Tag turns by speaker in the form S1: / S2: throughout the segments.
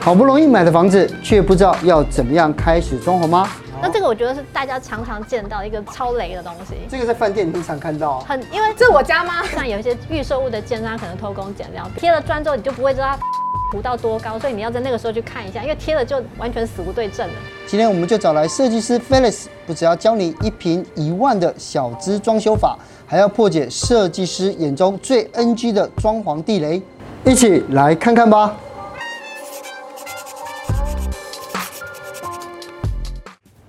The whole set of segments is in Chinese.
S1: 好不容易买的房子，却不知道要怎么样开始装潢吗？
S2: 哦
S3: 那这个我觉得是大家常常见到一个超雷的东西，
S1: 这个在饭店你经常看到啊。
S3: 很因为
S2: 这我家吗？
S3: 像有一些预售物的建商可能偷工减料，贴了砖之后你就不会知道它涂到多高，所以你要在那个时候去看一下，因为贴了就完全死无对证了。
S1: 今天我们就找来设计师 Felix，不只要教你一平一万的小资装修法，还要破解设计师眼中最 NG 的装潢地雷，一起来看看吧。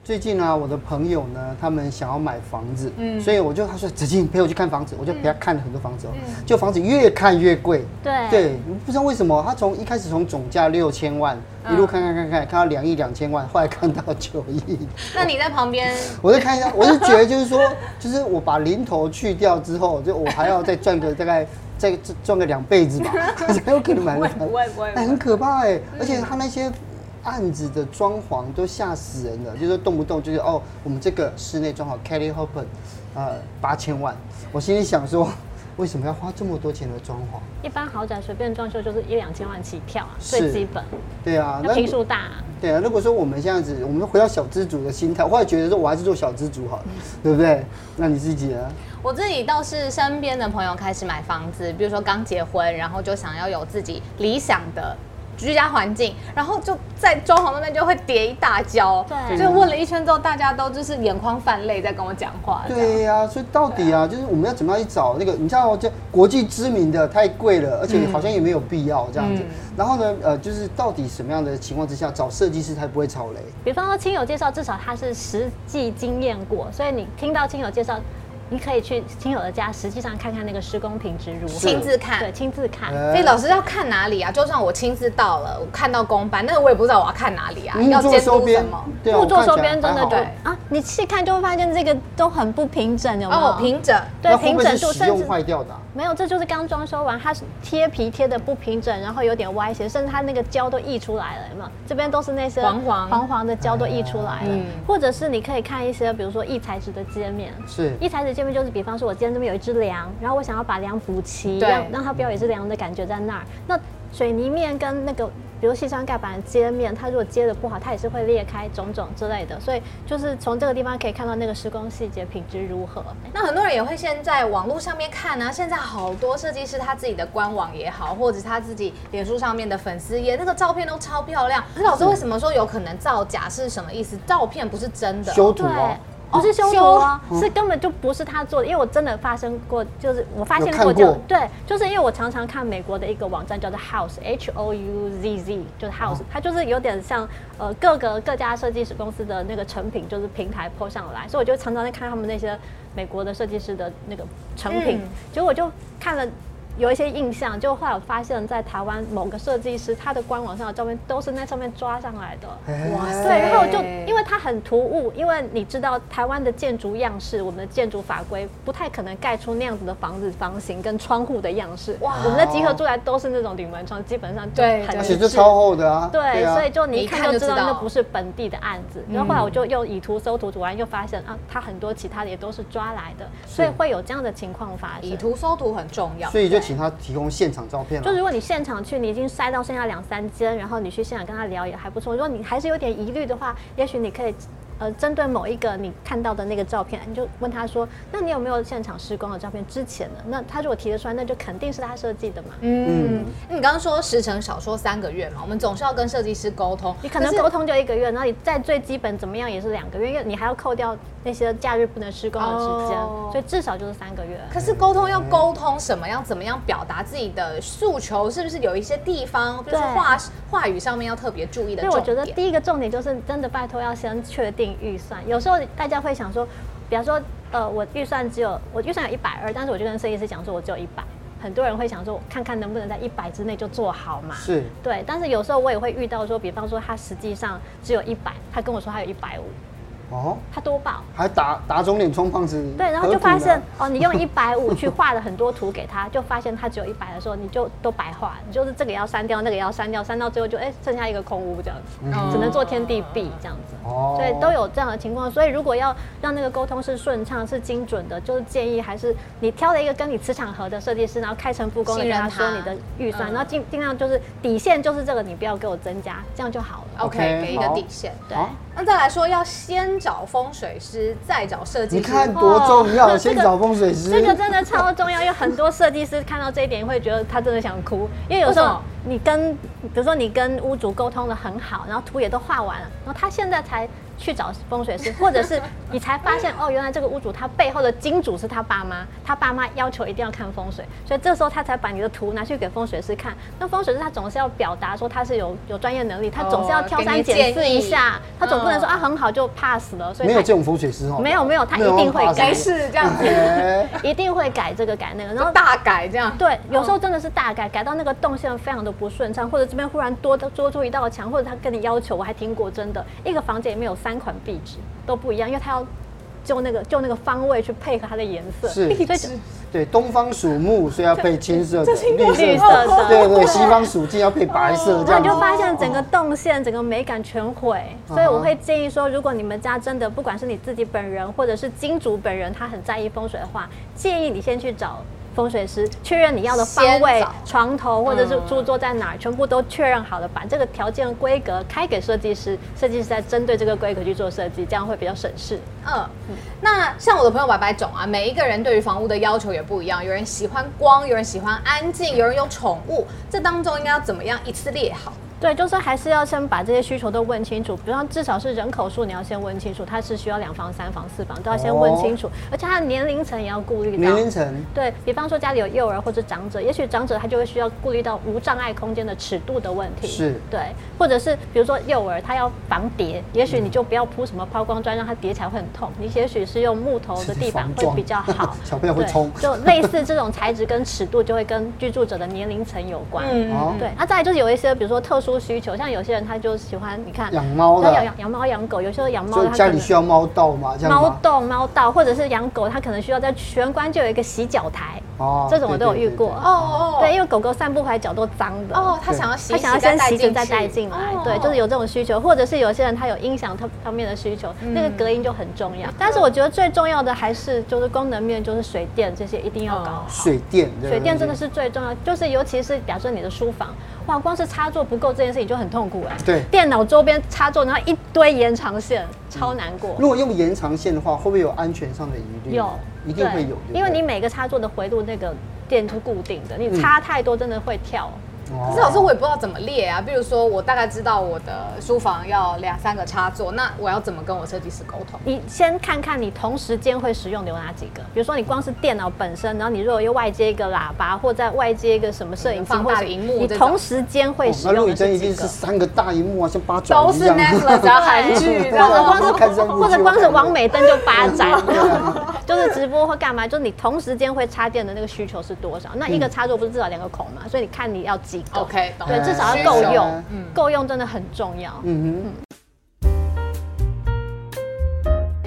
S1: 最近啊，我的朋友呢，他们想要买房子，嗯，所以我就他说子敬陪我去看房子，我就陪他看了很多房子哦，就房子越看越贵，
S3: 对
S1: 对，不知道为什么他从一开始从总价六千万
S3: 嗯
S1: 一路看看看看看到两亿两千万，后来看到九亿，
S2: 那你在旁边，
S1: 我就看一下，我就觉得就是说，就是我把零头去掉之后，就我还要再赚个大概再赚个两辈子吧， 才有可能买得
S2: 不会不会不会
S1: 哎很可怕
S3: 嗯
S1: 哎，而且他那些。案子的装潢都吓死人了，就是说动不动就是哦，我们这个室内装潢 Kelly Hoppen，呃，八千万。我心里想说，为什么要花这么多钱的装潢？
S3: 一般豪宅随便装修就是一两千万起跳啊，
S1: 是
S3: 最基本，
S1: 对啊，
S3: 要平数大、啊。
S1: 对啊，如果说我们这样子，我们回到小资主的心态，我也觉得说我还是做小资主好了，对不对？那你自己啊呢？
S2: 我自己倒是身边的朋友开始买房子，比如说刚结婚，然后就想要有自己理想的。居家环境，然后就在装潢那边就会叠一大跤，
S3: 对
S2: 就问了一圈之后，大家都就是眼眶泛泪在跟我讲话。这样
S1: 对呀、所以到底啊，就是我们要怎么样去找那个？你知道、哦，这国际知名的太贵
S3: 嗯
S1: 了，而且好像也没有必要这样子。然后呢，呃，就是到底什么样的情况之下找设计师才不会吵雷？
S3: 比方说亲友介绍，至少他是实际经验过，所以你听到亲友介绍，你可以去亲友的家，实际上看看那个施工品质如何，
S1: 是
S2: 亲自看
S3: 对，亲自看。
S1: 呃
S2: 所以老师要看哪里啊？就算我亲自到了，我看到公班，但是我也不知道我要看哪里啊，
S1: 嗯
S2: 要
S1: 做
S2: 监
S1: 收
S2: 督
S1: 编
S2: 什么？，
S1: 对啊，
S3: 木
S1: 我
S3: 做
S1: 看起
S3: 收
S1: 来
S3: 边真
S1: 还
S3: 的
S1: 好
S3: 对啊，你细看就会发现这个都很不平整，有没有？
S2: 哦，平整。
S3: 对
S1: 那会
S3: 平
S1: 不会
S3: 整
S1: 是
S3: 度，
S1: 使
S3: 甚
S1: 用
S3: 至
S1: 坏掉的啊、
S3: 没有，这就是刚装修完，它是贴皮贴的不平整，然后有点歪斜，甚至它那个胶都溢出来了，有没有？这边都是那些
S2: 黄黄
S3: 黄黄的胶都溢出来了，
S2: 嗯
S3: 或者是你可以看一些，比如说异材质的街面。
S1: 是
S3: 异材质界面就是，比方说，我今天这边有一只梁，然后我想要把梁补齐，
S2: 对
S3: 让让它不要有一只梁的感觉在那儿。那水泥面跟那个，比如细砖盖板的接面，它如果接的不好，它也是会裂开种种之类的。所以就是从这个地方可以看到那个施工细节品质如何。
S2: 那很多人也会先在网络上面看啊，现在好多设计师他自己的官网也好，或者是他自己脸书上面的粉丝页，那个照片都超漂亮。可是老师为什么说有可能造假是什么意思？照片不是真的。
S1: 修图
S3: 对
S1: 哦，，
S3: 不是修图哦，
S1: 修
S3: 是根本就不是他做的，因为我真的发生过，就是我发现
S1: 有看
S3: 过
S1: 过
S3: 这样，对，就是因为我常常看美国的一个网站叫做 House H O U Z Z，就是 House，、它就是有点像呃各个各家设计师公司的那个成品，就是平台 po 上来，所以我就常常在看他们那些美国的设计师的那个成品，
S2: 嗯
S3: 结果我就看了。有一些印象，就后来我发现，在台湾某个设计师他的官网上的照片都是那上面抓上来的，
S1: 哇
S2: 哇
S1: 塞，
S2: 塞
S3: 对，然后我就
S2: 对
S3: 因为它很突兀，因为你知道台湾的建筑样式，我们的建筑法规不太可能盖出那样子的房子房型跟窗户的样式。
S2: 哇
S3: 我们的集合住宅都是那种铝门窗，基本上就
S2: 对
S3: 很
S2: 对
S1: 而
S3: 一
S1: 且
S3: 致
S1: 就超厚的啊，
S3: 对，
S1: 啊
S3: 所以就你
S2: 你
S3: 一
S2: 一看
S3: 看就
S2: 就
S3: 知
S2: 知
S3: 道
S2: 道
S3: 那不是本地的案子。然后后来我
S2: 嗯
S3: 就又以图搜图，图完又发现啊，它很多其他的也都是抓来的，所以会有这样的情况发生
S2: 以。图搜图很重要。
S1: 所以就请他提供现场照片
S3: 就如
S1: 了。
S3: 果你现场去，你已经筛到剩下两三间，然后你去现场跟他聊也还不错。如果你还是有点疑虑的话，也许你可以。呃，针对某一个你看到的那个照片，你就问他说：“那你有没有现场施工的照片之前的？”那他如果提得出来，那就肯定是他设计的嘛。
S2: 嗯，你刚刚说时程少说三个月嘛，我们总是要跟设计师沟通。
S3: 你可能
S2: 是
S3: 沟通就一个月，然后你再最基本怎么样也是两个月，因为你还要扣掉那些假日不能施工的时间，
S2: 哦
S3: 所以至少就是三个月。
S2: 可是沟通要沟通什么？要怎么样表达自己的诉求？是不是有一些地方，就是
S3: 对
S2: 话话语上面要特别注意的
S3: 所以我
S2: 重点？
S3: 觉得第一个重点就是，真的拜托要先确定预算。有时候大家会想说，比方说，呃，我预算只有我预算有一百二，但是我就跟设计师讲说，我只有一百。很多人会想说，看看能不能在一百之内就做好嘛。
S1: 是
S3: 对，但是有时候我也会遇到说，比方说他实际上只有一百，他跟我说他有一百五，
S1: 哦，
S3: 他多报。
S1: 还打打肿脸充胖子，
S3: 对，然后
S1: 何
S3: 就
S1: 苦
S2: 啊
S1: 呢
S3: 发现哦，你用一百五去画了很多图给他，就发现他只有一百的时候，你就都白画，你就是这个也要删掉，那个也要删掉，删到最后就哎剩下一个空屋这样子，
S2: 嗯
S3: 只能做天地壁这样子。
S1: 哦
S3: 所以都有这样的情况，所以如果要让那个沟通是顺畅、是精准的，就是建议还是你挑了一个跟你磁场合的设计师，然后开诚布公的
S2: 信
S3: 跟他
S2: 任
S3: 说
S2: 他
S3: 你的预算，
S2: 嗯
S3: 然后尽尽量就是底线就是这个，你不要给我增加，这样就好了。
S2: OK，
S1: OK，
S2: 给一个
S1: 好
S2: 底线。
S3: 对。
S1: 好
S2: 那再来说，要先找风水师，再找设
S1: 你
S2: 计师。
S1: 看多重要，
S3: 哦
S1: 先
S3: 这个
S1: 找风水师。
S3: 这个真的超重要，有很多设计师看到这一点会觉得他真的想哭，因为有时
S2: 为什
S3: 候
S2: 么
S3: 你跟，比如说你跟屋主沟通的很好，然后图也都画完了，然后他现在才去找风水师，或者是你才发现哦，原来这个屋主他背后的金主是他爸妈，他爸妈要求一定要看风水，所以这时候他才把你的图拿去给风水师看。那风水师他总是要表达说他是有有专业能力，他总是要
S2: 哦
S3: 挑
S2: 给你
S3: 三拣四
S2: 建议
S3: 一下，他总不能说
S2: 嗯
S3: 啊很好就 pass 了，所以
S1: 没有
S3: 他
S1: 这种风水师哦，
S3: 没有没有他
S1: 没有
S3: 一定会
S1: 办法
S3: 改
S2: 没事，这样 子
S1: 哎
S3: 一定会改这个改那个，然后
S2: 就大改这样。
S3: 对，有时候真的是大改，改到那个动线非常的不顺畅，或者这边忽然多多出一道墙，或者他跟你要求，我还听过真的，一个房间里面有三款壁纸都不一样，因为他要就那个就那个方位去配合它的颜色，
S1: 是
S3: 所以就
S1: 对，东方属木，所以要配青色的、绿
S3: 绿色
S1: 的，
S3: 的，
S1: 对对，西方属金要配白色，这
S3: 然
S1: 样
S3: 后你
S1: 子。
S3: 就发现整个动线、整个美感全毁。所以我会建议说，如果你们家真的不管是你自己本人，或者是金主本人，他很在意风水的话，建议你先去找。风水师确认你要的方
S2: 先
S3: 位
S2: 找、
S3: 床头或者是书桌在哪儿，全部都确认好了，把这个条件规格开给设计师，设计师再针对这个规格去做设计，这样会比较省事。
S2: 嗯，那像我的朋友白白种啊，每一个人对于房屋的要求也不一样，有人喜欢光，有人喜欢安静，有人有宠物，这当中应该要怎么样一次列好？
S3: 对，就是还是要先把这些需求都问清楚，比方至少是人口数，你要先问清楚，他是需要两房、三房、四房都要先问清楚，而且他的年龄层也要顾虑
S1: 年
S3: 到。
S1: 龄层
S3: 对比方说家里有幼儿或者长者，也许长者他就会需要顾虑到无障碍空间的尺度的问题，
S1: 是
S3: 对，或者是比如说幼儿他要防叠，也
S1: 嗯
S3: 许你就不要铺什么抛光砖，让它叠起来会很痛，你也许是用木头的地板
S1: 防
S3: 会
S1: 撞
S3: 比较好
S1: ，小朋友会
S3: 对
S1: 冲
S3: 就类似这种材质跟尺度就会跟居住者的年龄层有关，
S2: 嗯
S1: 哦，
S3: 嗯对，那、再来就是有一些，比如说特殊需求，像有些人他就喜欢，你看
S1: 养猫的
S3: 他养养养猫养狗，有时候养猫
S1: 所
S3: 的
S1: 以
S3: 他
S1: 家
S3: 可
S1: 里
S3: 能
S1: 需要猫道嘛，这样
S3: 猫
S1: 吗？
S3: 洞、猫道，或者是养狗，他可能需要在玄关就有一个洗脚台，
S1: 哦
S3: 这种我都有
S1: 对对
S3: 遇过。
S1: 对
S2: 哦哦，
S3: 对，因为狗狗散步回来脚都脏的。
S2: 哦，他想要洗
S3: 他
S2: 一洗，
S3: 想要先洗
S2: 进哦
S3: 整再带进来，哦对，就是
S2: 有。
S3: 有这种需求，或者是有些人他有音响他方面的需求，那个隔音就很重要。但是我觉得最重要的还是就是功能面，就是水电这些一定要搞好。
S1: 水电，对
S3: 水电真的。
S1: 对对
S3: 是最重要，就是尤其是假设你的书房，哇，光是插座不够这件事情就很痛苦哎。
S1: 对
S3: 电脑周边插座，然后一堆延长线，超难过。
S1: 如果用延长线的话，会不会有安全上的疑虑？
S3: 有，
S1: 一定
S3: 对
S1: 会有，对不对
S3: 因为你每个插座的回路那个电是固定的，你插太多真的会跳。
S1: 哦
S2: 可是老师，我也不知道怎么列啊。比如说，我大概知道我的书房要两三个插座，那我要怎么跟我设计师沟通？
S3: 你先看看你同时间会使用有哪几个，比如说你光是电脑本身，然后你如果又外接一个喇叭，或在外接一个什么摄影机
S2: 放大
S3: 或者
S2: 荧幕
S3: 你
S2: 这种
S3: 同时间会
S1: 哦
S3: 使
S1: 那
S3: 用
S1: 陆
S3: 的
S1: 雨珍
S3: 是
S1: 一
S3: 几
S1: 定
S3: 个
S1: 是？ 三个大荧幕啊，像八爪
S2: 都
S1: 鱼一
S2: 是
S1: 样。
S2: Netflix 啊，韩
S3: 或
S2: 剧，这样
S3: 者
S1: 对
S3: 光
S1: 啊
S3: 是
S1: 都看上去
S3: 或者光是
S1: 就好了
S3: 往美灯就八盏，就是直播或干嘛，就是你同时间会插电的那个需求是多少？ 那一个插座不是至少两个孔嘛，所以你看你要几个
S2: OK，懂
S3: 对，
S1: 嗯
S3: 至少要够
S1: 需求
S3: 用，够用真的很重要。
S1: 嗯哼。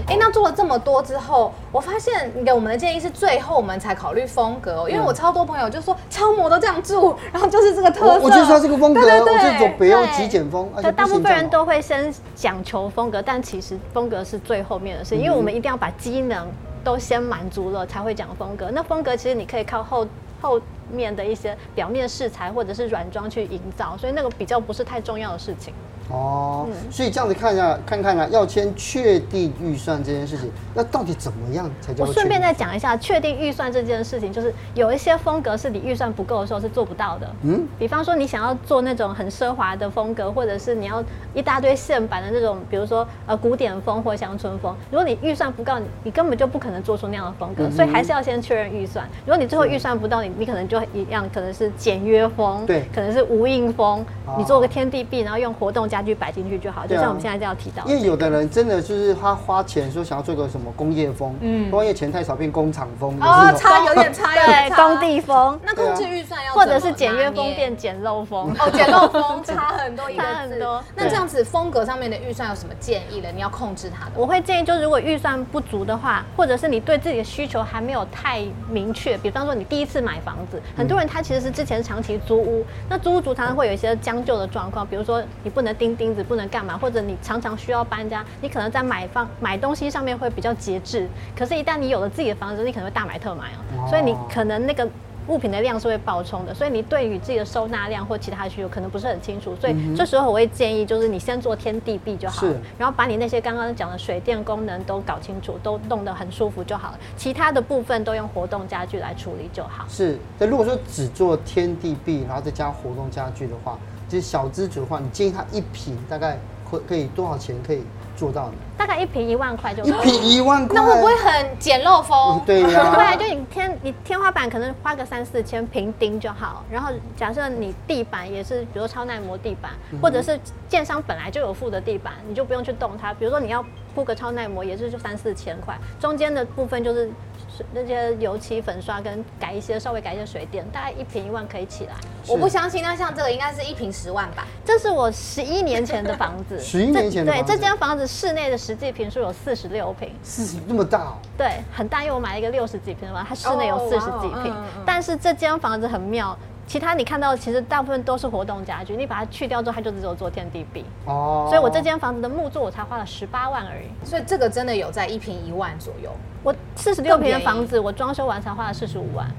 S2: 哎、那做了这么多之后，我发现你给我们的建议是最后我们才考虑风格、哦，因为我超多朋友就说超模都这样住，然后就是这个
S1: 嗯
S2: 特色，哦
S1: 我我就是要这个风格，哦
S2: 对对对
S1: 我就走北欧
S3: 对
S1: 极简风，而且
S3: 但
S1: 不
S3: 大部
S1: 行
S3: 分
S1: 这样
S3: 人都会先讲求风格，但其实风格是最后面的事，
S1: 嗯
S3: 因为我们一定要把机能都先满足了，才会讲风格。那风格其实你可以靠后后面的一些表面饰材或者是软装去营造，所以那个比较不是太重要的事情。
S1: 哦，
S3: 嗯
S1: 所以这样子看一下，看看啊，要先确定预算这件事情，那到底怎么样才叫
S3: 我
S1: 做
S3: 顺
S1: 确
S3: 便
S1: 定？
S3: 再讲一下，确定预算这件事情，就是有一些风格是你预算不够的时候是做不到的。
S1: 嗯
S3: 嗯，比方说你想要做那种很奢华的风格，或者是你要一大堆线板的那种，比如说呃古典风或乡村风，如果你预算不
S2: 嗯
S3: 够，你你根本就不可能做出那样的风格，所以还是要先确认预算。如果你最后预算不到，你你可能就就一样，可能是简约风，
S2: 哦
S1: 对
S3: 可能是无印风，
S1: 哦
S3: 你做个天地壁，然后用活动家具摆进去就好，就
S1: 对啊
S3: 像我们现在这样提到的，
S1: 因为有的人真的就是他花钱说想要做个什么工业风，
S2: 嗯
S1: 工业钱太少变工厂风，有
S2: 哦，
S1: 这种
S2: 差有点差，有
S3: 对，
S2: 点差
S3: 工。地风，
S2: 那控制预算要
S3: 或者
S2: 怎
S3: 是
S2: 么
S3: 简约
S2: 拿
S3: 风
S2: 捏
S3: 变简陋风。
S2: 哦，简陋风差很多一个 字。
S3: 差很多
S2: 那这样子风格上面的预算有什么建议了？你要控制它的。
S3: 我会建议，就如果预算不足的话，或者是你对自己的需求还没有太明确，比方说你第一次买房子，很多人他其实是之前长期租屋，那租屋族常常会有一些将就的状况，比如说你不能钉钉子，不能干嘛，或者你常常需要搬家，你可能在买房买东西上面会比较节制，可是，一旦你有了自己的房子，你可能会大买特买哦，所以你
S1: 哦
S3: 可能那个。物品的量是会爆冲的，所以你对于自己的收纳量或其他需求可能不是很清楚，所以这时候我会建议，就是你先做天地壁就好了
S1: 是。
S3: 然后把你那些刚刚讲的水电功能都搞清楚，都弄得很舒服就好了。其他的部分都用活动家具来处理就好。
S1: 是，那如果说只做天地壁，然后再加活动家具的话，就是小资主的话，你建议他一瓶大概可可以多少钱可以做到呢？
S3: 大概一瓶一万块就
S1: 一
S3: 够。
S1: 瓶一万块，
S2: 那会不会很简陋风
S1: 嗯？对呀、
S3: 对啊，就你天你天花板可能花个三四千平钉就好，然后假设你地板也是，比如说超耐磨地板，
S1: 嗯
S3: 或者是建商本来就有附的地板，你就不用去动它。比如说你要铺个超耐磨，也是就三四千块，中间的部分就是水那些油漆粉刷跟改一些稍微改一些水电，大概一瓶一万可以起来。
S1: 是
S2: 我不相信。那像这个应该是一瓶十万吧？
S3: 这是我十一年前的房 子，
S1: 11年前的
S3: 这
S1: 房子
S3: 对这间房子室内的实际平数有四十六平，
S1: 四十那么大、哦，
S3: 对，很大，因为我买了一个六十几平的房，它室内有
S2: 哦
S3: 四十几
S2: 哇哦
S3: 平，
S2: 嗯嗯
S3: 但是这间房子很妙。其他你看到的其实大部分都是活动家具，你把它去掉之后，它就只有做天地壁。
S1: 哦，
S3: 所以我这间房子的木作我才花了十八万而已。
S2: 所以这个真的有在一瓶一万左右。
S3: 我四十六
S2: 更
S3: 平
S2: 便
S3: 的
S2: 宜
S3: 房子，我装修完才花了四十五万，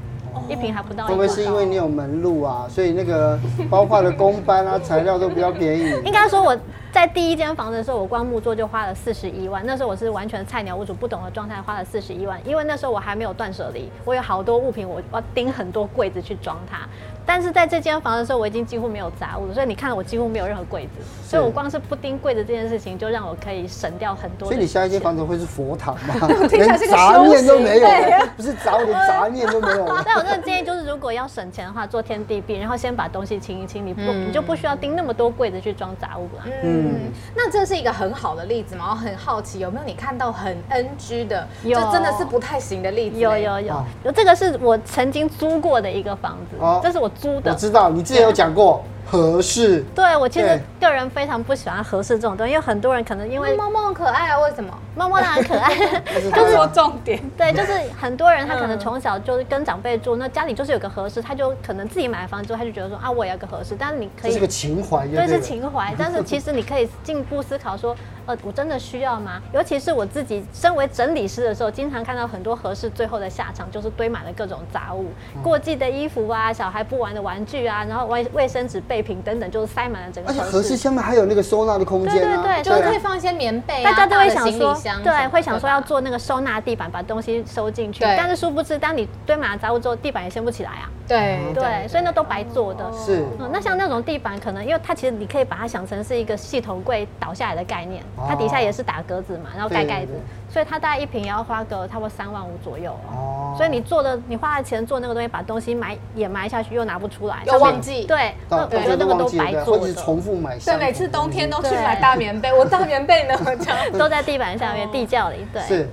S3: 一平还不到
S1: 哦
S3: 一
S1: 会不
S3: 万
S1: 会。是因为你有门路啊？所以那个包括了工班啊、材料都比较便宜。
S3: 应该说我在第一间房子的时候，我光木作就花了四十一万。那时候我是完全菜鸟屋主，不懂的状态，花了四十一万。因为那时候我还没有断舍离，我有好多物品，我要钉很多柜子去装它。但是在这间房的时候，我已经几乎没有杂物了，所以你看我几乎没有任何柜子，所以我光是不钉柜子这件事情，就让我可以省掉很多的
S1: 所
S3: 钱。
S1: 以你下一间房子会是佛堂 吗？
S2: 听起来是
S1: 连
S2: 个
S1: 杂
S2: 修
S1: 念都
S2: 行
S1: 没有
S2: 对
S1: 了，不是杂物，连杂念都没 有了。
S3: 但我真的建议就是，如果要省钱的话，做天地壁，然后先把东西清一清，你不、
S1: 嗯
S3: 你就不需要钉那么多柜子去装杂物了。
S2: 嗯，那这是一个很好的例子嘛？我很好奇，有没有你看到很 NG 的，就
S3: 有
S2: 真的是不太行的例子？欸
S3: 有有有
S1: 哦，
S3: 有这个是我曾经租过的一个房子
S1: 哦，
S3: 这是我租
S1: 我
S3: 的。
S1: 知道你之前有讲过合适，
S3: 对我其实
S1: 对
S3: 个人非常不喜欢合适这种东西，因为很多人可能因
S2: 因为
S3: 为
S2: 猫猫很可爱啊，为什么？
S3: 猫猫当然 可爱，
S2: 就是说重点。
S3: 对，就是很多人他可能从小就是跟长辈住，那家里就是有个合适，他就可能自己买房之后他就觉得说啊我也要个合适，但是你可
S1: 这
S3: 以
S1: 是个情怀，
S3: 对，是
S1: 了
S3: 情怀。但 是其实你可以进一步思考说，呃，我真的需要吗？尤其是我自己身为整理师的时候，经常看到很多合适最后的下场就是堆满了各种杂物，
S2: 嗯
S3: 过季的衣服啊，小孩不玩的玩具啊，然后卫卫生纸备品等等，就是塞满了整个
S1: 而且
S3: 合
S1: 合适
S3: 适。
S1: 下面还有那个收纳的空间啊，
S3: 对对对
S2: 就是
S1: 啊
S2: 可以放一些棉被、啊，
S3: 大家都会想
S2: 大的行
S3: 说
S2: 李箱，什么
S3: 对，
S2: 的
S3: 会想说要。做那个收纳地板，把东西收进去。
S2: 对
S3: 但是殊不知，当你堆满了杂物之后，地板也掀不起来啊。
S2: 嗯对哦
S3: 对，所以那都白做的。
S1: 是
S3: 嗯，那像那种地板，可能因为它其实你可以把它想成是一个系统柜倒下来的概念，它底下也是打格子嘛，然后盖盖子
S1: 哦对对，
S3: 所以它大概一瓶也要花个差不多三万五左右哦。
S1: 哦
S3: 所以你做的，你花了钱做那个东西，把东西埋也埋下去，又拿不出来，
S2: 又
S3: 上面
S2: 忘记
S3: 对，那
S1: 到
S3: 我
S1: 到
S3: 觉
S1: 最
S3: 得
S1: 后都
S3: 那个
S1: 忘
S3: 都
S1: 记了
S3: 白
S1: 对，
S3: 做
S1: 或者是
S3: 的，
S1: 重复买相嗯同
S2: 对，
S1: 的
S2: 每
S1: 东西。
S2: 次冬天都去
S3: 对
S2: 买大棉被，我大棉被呢？这 样。
S3: 都在地板上面、地窖里。对。
S1: 是，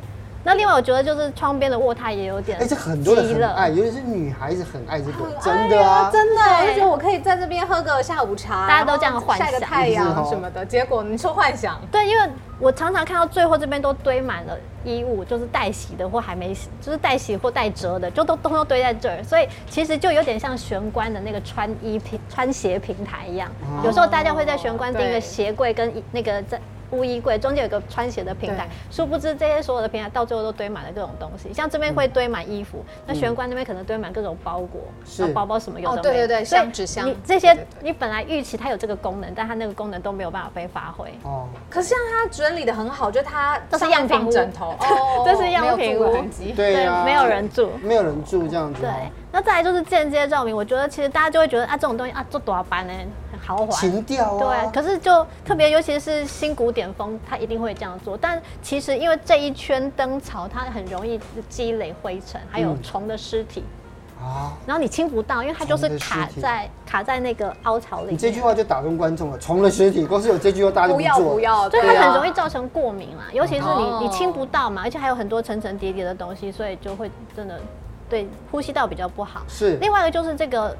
S3: 那另外我觉得就是窗边的卧榻也有点
S1: 哎，这很多人
S3: 急
S1: 很
S3: 了
S1: 爱，尤其是女孩子很爱这个，
S2: 哎
S1: 真的
S2: 呀
S1: 啊，
S2: 真的，我
S3: 对
S2: 就觉得我可以在这边喝个下午茶，
S3: 大家都这样幻想
S2: 晒个太
S1: 是
S2: 阳
S1: 哦
S2: 什么的。结果你说幻想，
S3: 对，因为我常常看到最后这边都堆满了衣物，就是待洗的或还没洗，就是待洗或待折的，就都通通堆在这儿。所以其实就有点像玄关的那个穿衣 平穿鞋平台一样，有时候大家会在玄关钉
S2: 对
S3: 个鞋柜跟衣那个在。屋衣柜中间有个穿鞋的平台
S2: 对，
S3: 殊不知这些所有的平台到最后都堆满了各种东西，像这边会堆满衣服，那玄关那边可能堆满各种包裹，
S1: 是
S3: 然后包包什么有的
S2: 哦
S3: 没
S2: 对对
S3: 的
S2: 对
S3: 所以
S2: 像纸箱
S3: 你这些
S2: 对对
S3: 你本来预期它有这个功能，但它那个功能都没有办法被发挥。
S1: 哦，
S2: 可是像它整理的很好，就它
S3: 这是
S2: 上面
S3: 样品
S2: 放
S3: 屋
S2: 枕头，哦
S3: 这是样品屋
S2: 没有住过痕迹。
S1: 对啊，
S3: 没有人住。
S1: 没有人住这样子
S3: 对
S1: 哦，，
S3: 那再来就是间接照明，我觉得其实大家就会觉得啊，这种东西啊，做多少班呢，很豪华。
S1: 情调啊，
S3: 对，可是就特别，尤其是新古典风，它一定会这样做。但其实因为这一圈灯槽，它很容易积累灰尘，还有
S1: 嗯
S3: 虫的尸体，
S1: 啊！
S3: 然后你清不到，因为它就
S1: 虫
S3: 是
S1: 的尸
S3: 卡
S1: 体
S3: 在卡在那个凹槽里面。
S1: 你这句话就打动观众了。虫的尸体，光是有这句话大家就
S2: 不要
S1: 做
S2: 不
S1: 了。
S2: 要，
S3: 所以
S2: 对
S3: 它
S2: 啊
S3: 很容易造成过敏啦，尤其是你
S2: 哦
S3: 你清不到嘛，而且还有很多层层叠叠的东西，所以就会真的对呼吸道比较不好。
S1: 是
S3: 另外一个就是这个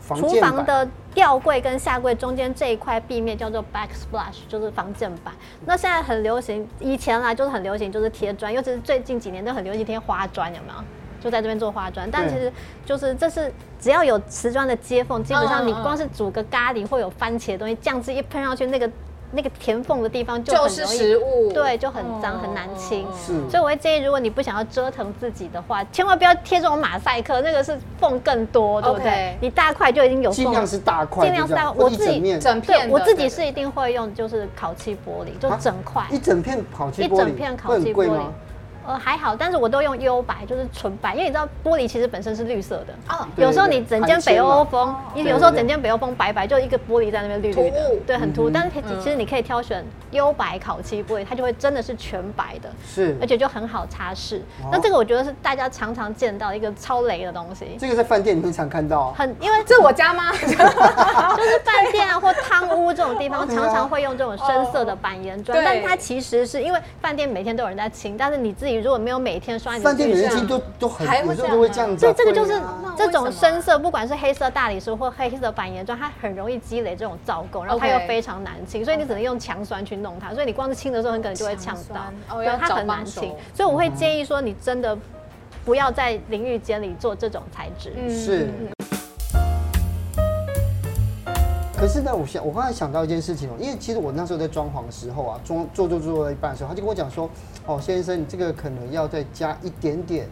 S1: 房
S3: 厨
S1: 间
S3: 房
S1: 版
S3: 的吊柜跟下柜中间这一块壁面叫做 backsplash，就是防溅板。那现在很流行，以前啦就是很流行，就是贴砖，尤其是最近几年都很流行贴花砖，有没有？就在这边做花砖，但
S1: 对
S3: 其实就是这是只要有瓷砖的接缝，基本上你
S2: 嗯嗯嗯
S3: 光是煮个咖喱或有番茄的东西，酱汁一喷上去，那个那个填缝的地方就很
S2: 就是
S3: 容易
S2: 食物，哦
S3: 对，就很脏，很难清。
S1: 是
S3: 所以我会建议，如果你不想要折腾自己的话，千万不要贴这种马赛克，那个是缝更多，对不
S2: OK
S3: 对？你大块就已经有缝
S1: 尽量
S3: 了。
S1: 是大块，
S3: 尽量
S1: 就这样
S3: 是大
S1: 或
S3: 我
S1: 者一
S3: 自己
S1: 整面
S2: 整
S3: 对
S2: 片的
S3: 我自己
S2: 对
S3: 是一定会用，就是烤漆玻璃，就
S1: 啊
S3: 整块，
S1: 一整片烤漆
S3: 一
S1: 玻璃，
S3: 整片烤
S1: 会
S3: 漆
S1: 很
S3: 玻
S1: 贵
S3: 璃
S1: 吗？。
S3: 呃，还好，但是我都用优白，就是纯白，因为你知道玻璃其实本身是绿色的。
S2: 哦，
S1: 对
S3: 有时候你整间北欧风，
S1: 对
S3: 你有时候整间北欧风白白，就一个玻璃在那边绿绿
S2: 突
S3: 的
S2: 兀，
S3: 对，很突兀。
S1: 嗯
S3: 但是其实你可以挑选优白烤漆玻璃，它就会真的是全白的。
S1: 是
S3: 而，且就很好擦拭
S1: 哦。
S3: 那这个我觉得是大家常常见到一个超雷的东西，
S1: 这个在饭店里面常看到啊。
S3: 很因为
S2: 这我家 吗？
S3: 就是饭店啊或汤屋这种地 方
S1: 对啊哦
S3: 常常会用这种深色的板岩砖
S2: 对，
S3: 但它其实是因为饭店每天都有人在清，但是你自己如果没有每天刷你的
S1: 饭店里
S3: 浴
S1: 面
S3: 室
S1: 清都都很
S2: 还，会
S1: 有时候
S2: 这样
S1: 都会
S2: 吗
S1: 这样子
S3: 所
S1: 啊。
S3: 以这个就是
S1: 对啊
S2: 那为什
S3: 这
S2: 么
S3: 种深色，不管是黑色大理石或黑色板岩砖，它很容易积累这种皂垢，然后它
S2: OK
S3: 又非常难清，所以你只能用强酸去弄它，所以你光是清的时候，很可能就会呛
S2: 强
S3: 到
S2: 酸，哦
S3: 对，
S2: 要
S3: 它
S2: 找
S3: 很
S2: 帮
S3: 难
S2: 手
S3: 清。所以我会建议说，你真的不要在淋浴间里做这种材质。
S2: 嗯
S1: 是。可是呢，我想我刚才想到一件事情哦，因为其实我那时候在装潢的时候啊，装做做做到一半的时候，他就跟我讲说，哦，先生，你这个可能要再加一点点，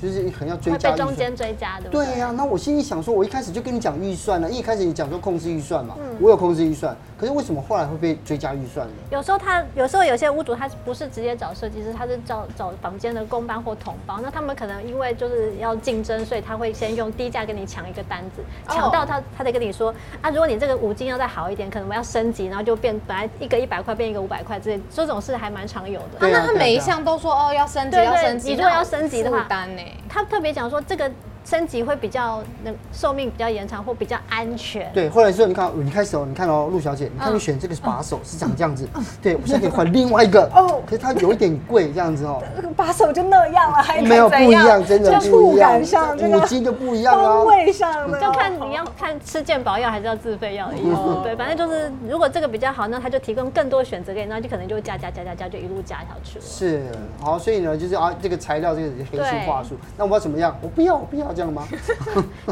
S1: 就是可能要追
S3: 会
S1: 加
S3: 被
S1: 预
S3: 中
S1: 算。
S3: 间追加，对不对？
S1: 对呀、那我心里想说，我一开始就跟你讲预算了，一开始你讲说控制预算嘛，
S3: 嗯
S1: 我有控制预算，可是为什么后来会被追加预算呢？
S3: 有时候他有时候有些屋主他不是直接找设计师，他是找找房间的公办或统包。那他们可能因为就是要竞争，所以他会先用低价跟你抢一个单子，
S2: 哦
S3: 抢到他他再跟你说啊，如果你这个五金要再好一点，可能我要升级，然后就变本来一个一百块变一个五百块之类，这种事还蛮常有的。
S2: 啊，
S1: 对啊
S2: 那他每一项都说哦要升级
S3: 对对
S2: 要升级，
S3: 你如果要升级的话
S2: 负担呢？
S3: 他特别讲说这个升级会比较能寿命比较延长或比较安全。
S1: 对，后来之后你看，你开始哦，你看哦，陆小姐，你看
S2: 嗯
S1: 你选这个把手是长这样子，
S3: 嗯
S1: 对我现在可以换另外一个
S4: 哦
S1: 可是它有一点贵这样子哦，
S4: 这个把手就那样了，还能
S1: 没有不
S4: 怎
S1: 一样，真的
S4: 就
S1: 不
S4: 触
S1: 一样
S4: 感，上，这个
S1: 五金的不一样
S4: 风
S1: 啊。
S4: 味上
S2: 哦
S4: 的，
S3: 就看你要看吃健保药还是要自费药的意思
S1: 哦。
S3: 对，反正就是如果这个比较好，那他就提供更多选择给你，那就可能就加加加加加，就一路加下去了。
S1: 是，好，所以呢，就是啊，这个材料这个黑心
S3: 对
S1: 话术，那我要怎么样？我不要，我不要这样吗？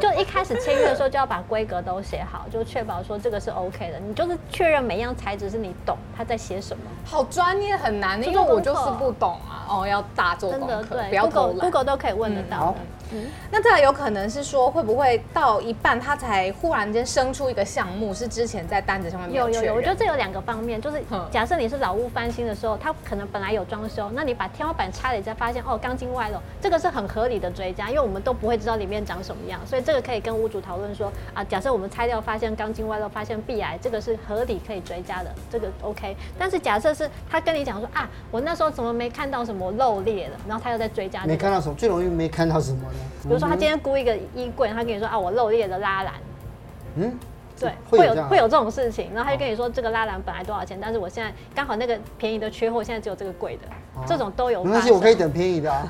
S3: 就一开始签约的时候就要把规格都写好，就确保说这个是 OK 的。你就是确认每样材质是你懂他在写什么。
S2: 好专业很难的，
S3: 这
S2: 因
S3: 个
S2: 为我
S3: 功课
S2: 就是不懂啊。哦，要大做
S3: 真
S2: 功
S3: 的
S2: 课，
S3: 对
S2: 不要偷
S3: ，Google
S2: 懒。
S3: Google 都可以问得到
S1: 好
S3: 的。，
S2: 那再来有可能是说，会不会到一半他才忽然间生出一个项目，是之前在单子上面没
S3: 有有
S2: 确
S3: 有，
S2: 认
S3: 我觉得这有两个方面，就是
S2: 嗯
S3: 假设你是老屋翻新的时候，它可能本来有装修，那你把天花板拆了，你才发现哦钢筋外露，这个是很合理的追加，因为我们都不会知道里面长什么样，所以这个可以跟屋主讨论说啊，假设我们拆掉发现钢筋外露，发现壁癌，这个是合理可以追加的，这个 OK。但是假设是他跟你讲说啊，我那时候怎么没看到什么漏裂了，然后他又再追加、这个
S1: 没看到什么，最容易没看到什么呢？
S3: 比如说他今天估一个衣柜，他跟你说啊，我漏裂了拉篮，
S1: 嗯，
S3: 对，
S1: 会有
S3: 会有
S1: 这样啊
S3: 会有这种事情，然后他就跟你说这个拉篮本来多少钱，但是我现在刚好那个便宜的缺货，现在只有这个贵的，这种都有。
S1: 哦没关系，我可以，等便宜的啊。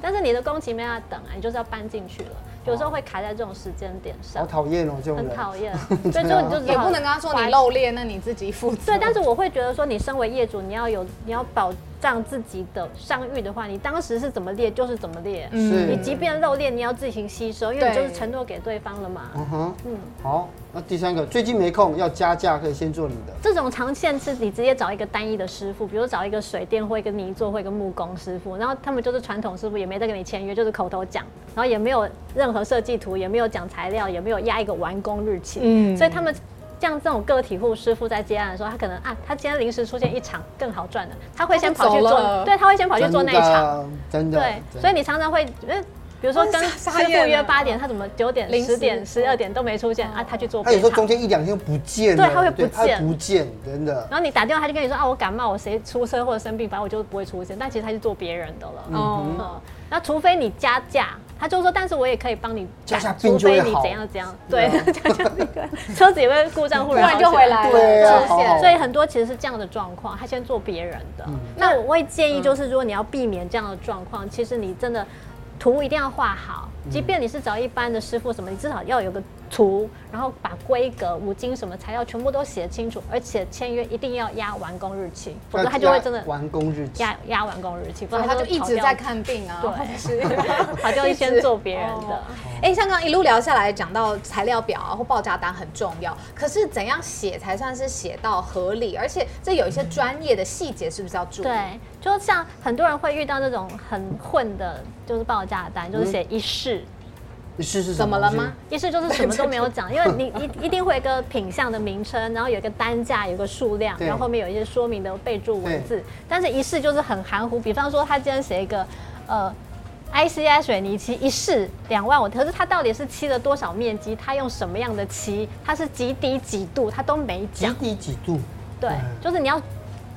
S3: 但是你的工期没办法等啊，你就是要搬进去了，有时候会卡在这种时间点
S1: 好
S3: 上，
S1: 讨厌哦，这种
S3: 啊很
S1: 人。
S3: 讨厌。所以就你就只
S2: 也
S3: 好
S2: 不能跟他说你漏裂，那你自己负责。
S3: 对，但是我会觉得说，你身为业主，你要有你要保障自己的商誉的话，你当时是怎么列就是怎么列，
S1: 是
S3: 你即便漏列，你要自行吸收，因为你
S2: 对
S3: 就是承诺给对方了嘛。
S1: 嗯哼，
S3: 嗯
S1: 好，那第三个，最近没空要加价，可以先做你的。
S3: 这种长线是你直接找一个单一的师傅，比如找一个水电或一个泥做或一个木工师傅，然后他们就是传统师傅，也没再跟你签约，就是口头讲，然后也没有任何设计图，也没有讲材料，也没有压一个完工日期，
S2: 嗯
S3: 嗯，所以他们。像这种个体户师傅在接案的时候，他可能啊，他今天临时出现一场更好赚的，他会先跑去
S2: 他就走了
S3: 啊做，对，他会先跑去做那一
S1: 真
S3: 场，
S1: 的，真的。
S3: 对，
S1: 真的
S3: 所以你常常会，因为呃比如说跟
S2: 哇
S3: 师
S2: 傻
S3: 傅
S2: 傻眼了
S3: 约八点，他怎么九点、
S2: 临时
S3: 十点、十二点都没出现啊？他去做
S1: 他有时候
S3: 备
S1: 中
S3: 考
S1: 间一两天不见了，
S3: 对他会不
S1: 他会
S3: 见
S1: 不见，真的。
S3: 然后你打电话，他就跟你说啊，我感冒，我谁出车祸生病，反正我就不会出现。但其实他是做别人的了。
S2: 哦，
S3: 嗯，那除非你加价，他就说，但是我也可以帮你
S1: 加价
S3: 赶
S1: 病
S3: 除
S1: 就会
S3: 非你
S1: 好
S3: 怎样怎样，
S1: 对
S3: 对
S1: 啊，
S3: 加价病就会车子也会故障，忽
S2: 突
S3: 然
S2: 然
S3: 好
S2: 就
S3: 起
S2: 回来了，
S1: 对啊
S2: 出
S1: 好
S2: 现
S1: 好
S3: 所以很多其实是这样的状况，他先做别人的。
S2: 嗯
S3: 那我会建议，就是如果你要避免这样的状况，其实你真的图一定要画好，
S2: 嗯
S3: 即便你是找一般的师傅什么，你至少要有个图，然后把规格、五金什么材料全部都写清楚，而且签约一定要压完工日期，否则他就会真的
S1: 完工日期。
S3: 压压完工日期，否
S2: 然
S3: 则哦
S2: 后
S3: 他
S2: 他
S3: 就
S2: 就一
S3: 跑
S2: 直
S3: 掉
S2: 在看病啊，
S3: 对
S2: 或 者是
S3: 跑掉一先做别人
S2: 哦
S3: 的。
S2: 哎、像刚刚一路聊下来，讲到材料表啊或报价单很重要，可是怎样写才算是写到合理？而且这有一些专业的细节是不是要注意？
S3: 对，就像很多人会遇到那种很混的，就是报价单，
S2: 嗯
S3: 就是写一式。
S1: 你试试
S2: 怎么了吗？
S3: 一式就是什么都没有 讲，因为你一一定会有一个品项的名称，然后有一个单价，有一个数量，
S1: 对
S3: 然后后面有一些说明的备注文字。但是一式就是很含糊，比方说他今天写一个，呃。ICI 水泥漆一式两万五，可是它到底是漆了多少面积？它用什么样的漆？它是几底几度？它都没
S1: 几
S3: 讲。
S1: 底几度？
S3: 对
S1: 嗯，
S3: 就是你要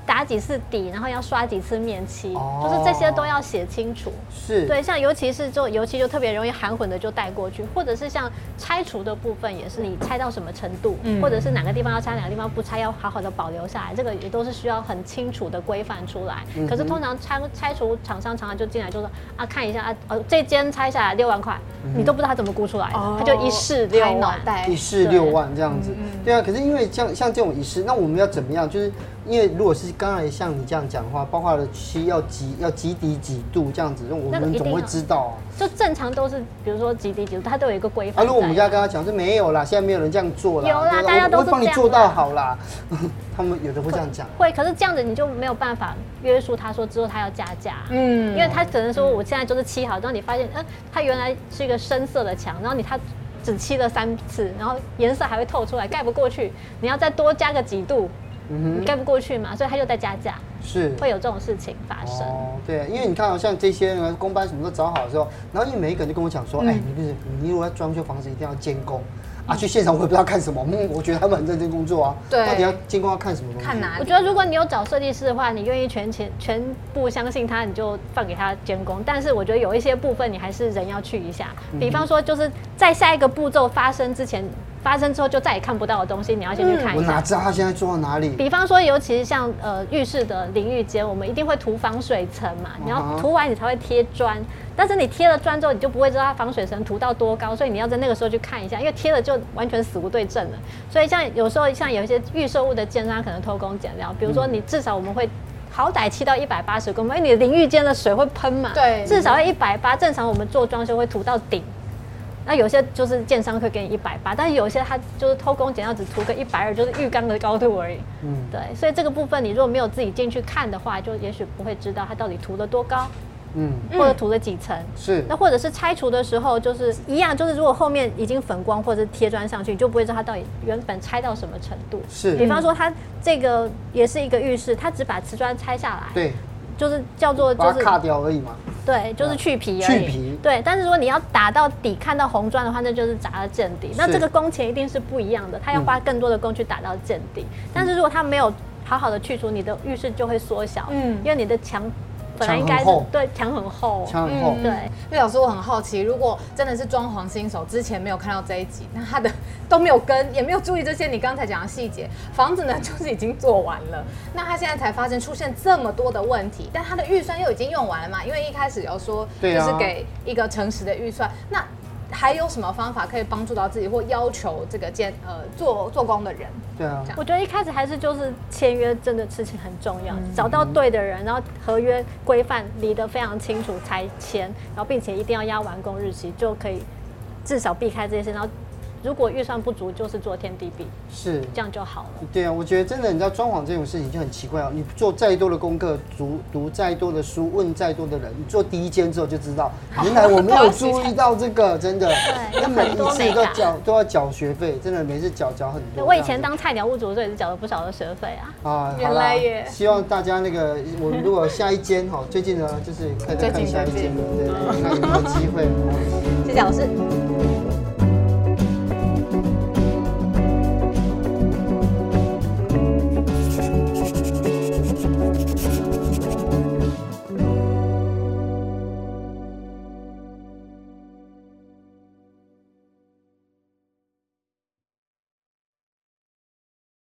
S3: 打几次底，然后要刷几次面漆，
S1: 哦
S3: 就是这些都要写清楚。
S1: 是，
S3: 对，像尤其是做油漆就特别容易含混的就带过去，或者是像拆除的部分也是你拆到什么程度，
S2: 嗯
S3: 或者是哪个地方要拆，哪个地方不拆，要好好的保留下来，这个也都是需要很清楚的规范出来。
S1: 嗯
S3: 可是通常拆拆除厂商常常就进来就说啊看一下啊，呃这间拆下来六万块，
S1: 嗯
S3: 你都不知道他怎么估出来的，
S1: 哦
S3: 他就一式六
S2: 拍脑
S3: 万。
S2: 袋
S1: 一式六万这样子，对啊。可是因为像像这种仪式，那我们要怎么样？就是因为如果是刚才像你这样讲的话，包括了漆要几要几底几度这样子，那我
S3: 那个
S1: 们
S3: 一定
S1: 总会
S3: 要
S1: 知道啊。
S3: 就正常都是，比如说几滴几度，它都有一个规
S1: 啊，
S3: 范在。
S1: 如果我们家跟他讲说没有啦，现在没有人这样做啦，
S3: 有啦
S1: 对啊
S3: 大家
S1: 我
S3: 都
S1: 我会
S3: 是
S1: 帮你
S3: 这样啊
S1: 做
S3: 啦
S1: 到好啦。 他们有的会这样讲，
S3: 会，可是这样子你就没有办法约束他说之后他要加价，
S2: 嗯
S3: 因为他只能说我现在就是漆好，然后你发现，嗯，它原来是一个深色的墙，然后你它只漆了三次，然后颜色还会透出来，盖不过
S1: 嗯
S3: 去，你要再多加个几度，你盖不过去嘛，所以他就在加价，
S1: 是
S3: 会有这种事情发生。
S1: 哦，对，因为你看好像这些人工班什么都找好的时候，然后因为每一个人就跟我讲说，
S3: 嗯
S1: 哎、你不是你如果要装修房子，一定要监工啊。去现场我也不知道看什么，嗯，我觉得他们很认真工作啊。
S2: 对
S1: 到底要监工要看什么东西？
S2: 看哪
S3: 我
S2: 里？
S3: 觉得如果你有找设计师的话，你愿意全全全部相信他，你就放给他监工。但是我觉得有一些部分你还是人要去一下，
S1: 嗯
S3: 比方说就是在下一个步骤发生之前，发生之后就再也看不到的东西，你要先去看
S1: 嗯我
S3: 一
S1: 哪
S3: 下。
S1: 知道他现在做到哪里？
S3: 比方说，尤其是像呃浴室的淋浴间，我们一定会涂防水层嘛，你要
S1: 嗯哼
S3: 涂完你才会贴砖。但是你贴了砖之后，你就不会知道它防水层涂到多高，所以你要在那个时候去看一下，因为贴了就完全死无对证了。所以像有时候像有一些预售物的建商可能偷工减料，比如说你至少我们会。好歹七到一百八十公分，因为你淋浴间的水会喷嘛，
S2: 对
S3: 至少要一百八。正常我们做装修会涂到顶，那有些就是建商会给你一百八，但是有些他就是偷工减料，只涂个一百二，就是浴缸的高度而已。嗯，对，所以这个部分你如果没有自己进去看的话，就也许不会知道它到底涂了多高，
S1: 嗯，
S3: 或者涂了几层。
S1: 是
S3: 那或者是拆除的时候，就是一样，就是如果后面已经粉光或者是贴砖上去，你就不会知道它到底原本拆到什么程度。
S1: 是
S3: 比方说它这个也是一个浴室，它只把瓷砖拆下来，，
S1: 对，
S3: 就是叫做就
S1: 把它
S3: 是
S1: 卡掉而已嘛。
S3: 对，就是去皮而
S1: 啊去
S3: 已。
S1: 皮
S3: 对，但是如果你要打到底，看到红砖的话，那就是砸到见底。那
S1: 是嗯
S3: 这个工钱一定是不一样的，它要花更多的工去打到见底。但是如果它没有好好的去除，你的浴室就会缩小。
S2: 嗯
S3: 嗯，因为你的墙本来应该是
S1: 墙很厚
S3: 对墙很厚。
S1: 墙很厚，
S3: 嗯对，
S2: 哦因为老师，我很好奇，如果真的是装潢新手，之前没有看到这一集，那他的都没有跟，也没有注意这些你刚才讲的细节，房子呢就是已经做完了，那他现在才发现出现这么多的问题，但他的预算又已经用完了嘛？因为一开始有说
S1: 对
S2: 就
S1: 啊
S2: 是给一个诚实的预算，那还有什么方法可以帮助到自己，或要求这个建呃做做工的人？
S1: 对啊，
S3: 我觉得一开始还是就是签约真的事情很重要，
S1: 嗯
S3: 找到对的人，然后合约规范理得非常清楚才签，然后并且一定要压完工日期，就可以至少避开这些，然后如果预算不足，就是做天地壁，
S1: 是
S3: 这样就好了。
S1: 对啊，我觉得真的，你知道装潢这种事情就很奇怪哦。你做再多的功课，读读再多的书，问再多的人，你做第一间之后就知 道，原来我没有注意到这个，真的。
S3: 对
S1: 那
S3: 有
S1: 每
S3: 很
S1: 一
S3: 多
S1: 次
S3: 美
S1: 都
S3: 感
S1: 缴都要缴学费，真的每次缴缴很
S3: 对
S1: 多。
S3: 我以前
S1: 嗯这样
S3: 当菜鸟屋主的时候也是缴了不少的学费啊。
S1: 子啊，
S2: 原
S1: 好啦
S2: 来耶
S1: 希望大家那个，我们如果下一间哈，最近呢就是看
S2: 最
S1: 看
S2: 近
S1: 下一
S2: 最
S1: 间
S2: 近，
S1: 对，看有没有机会。
S2: 谢谢老师。
S1: 好，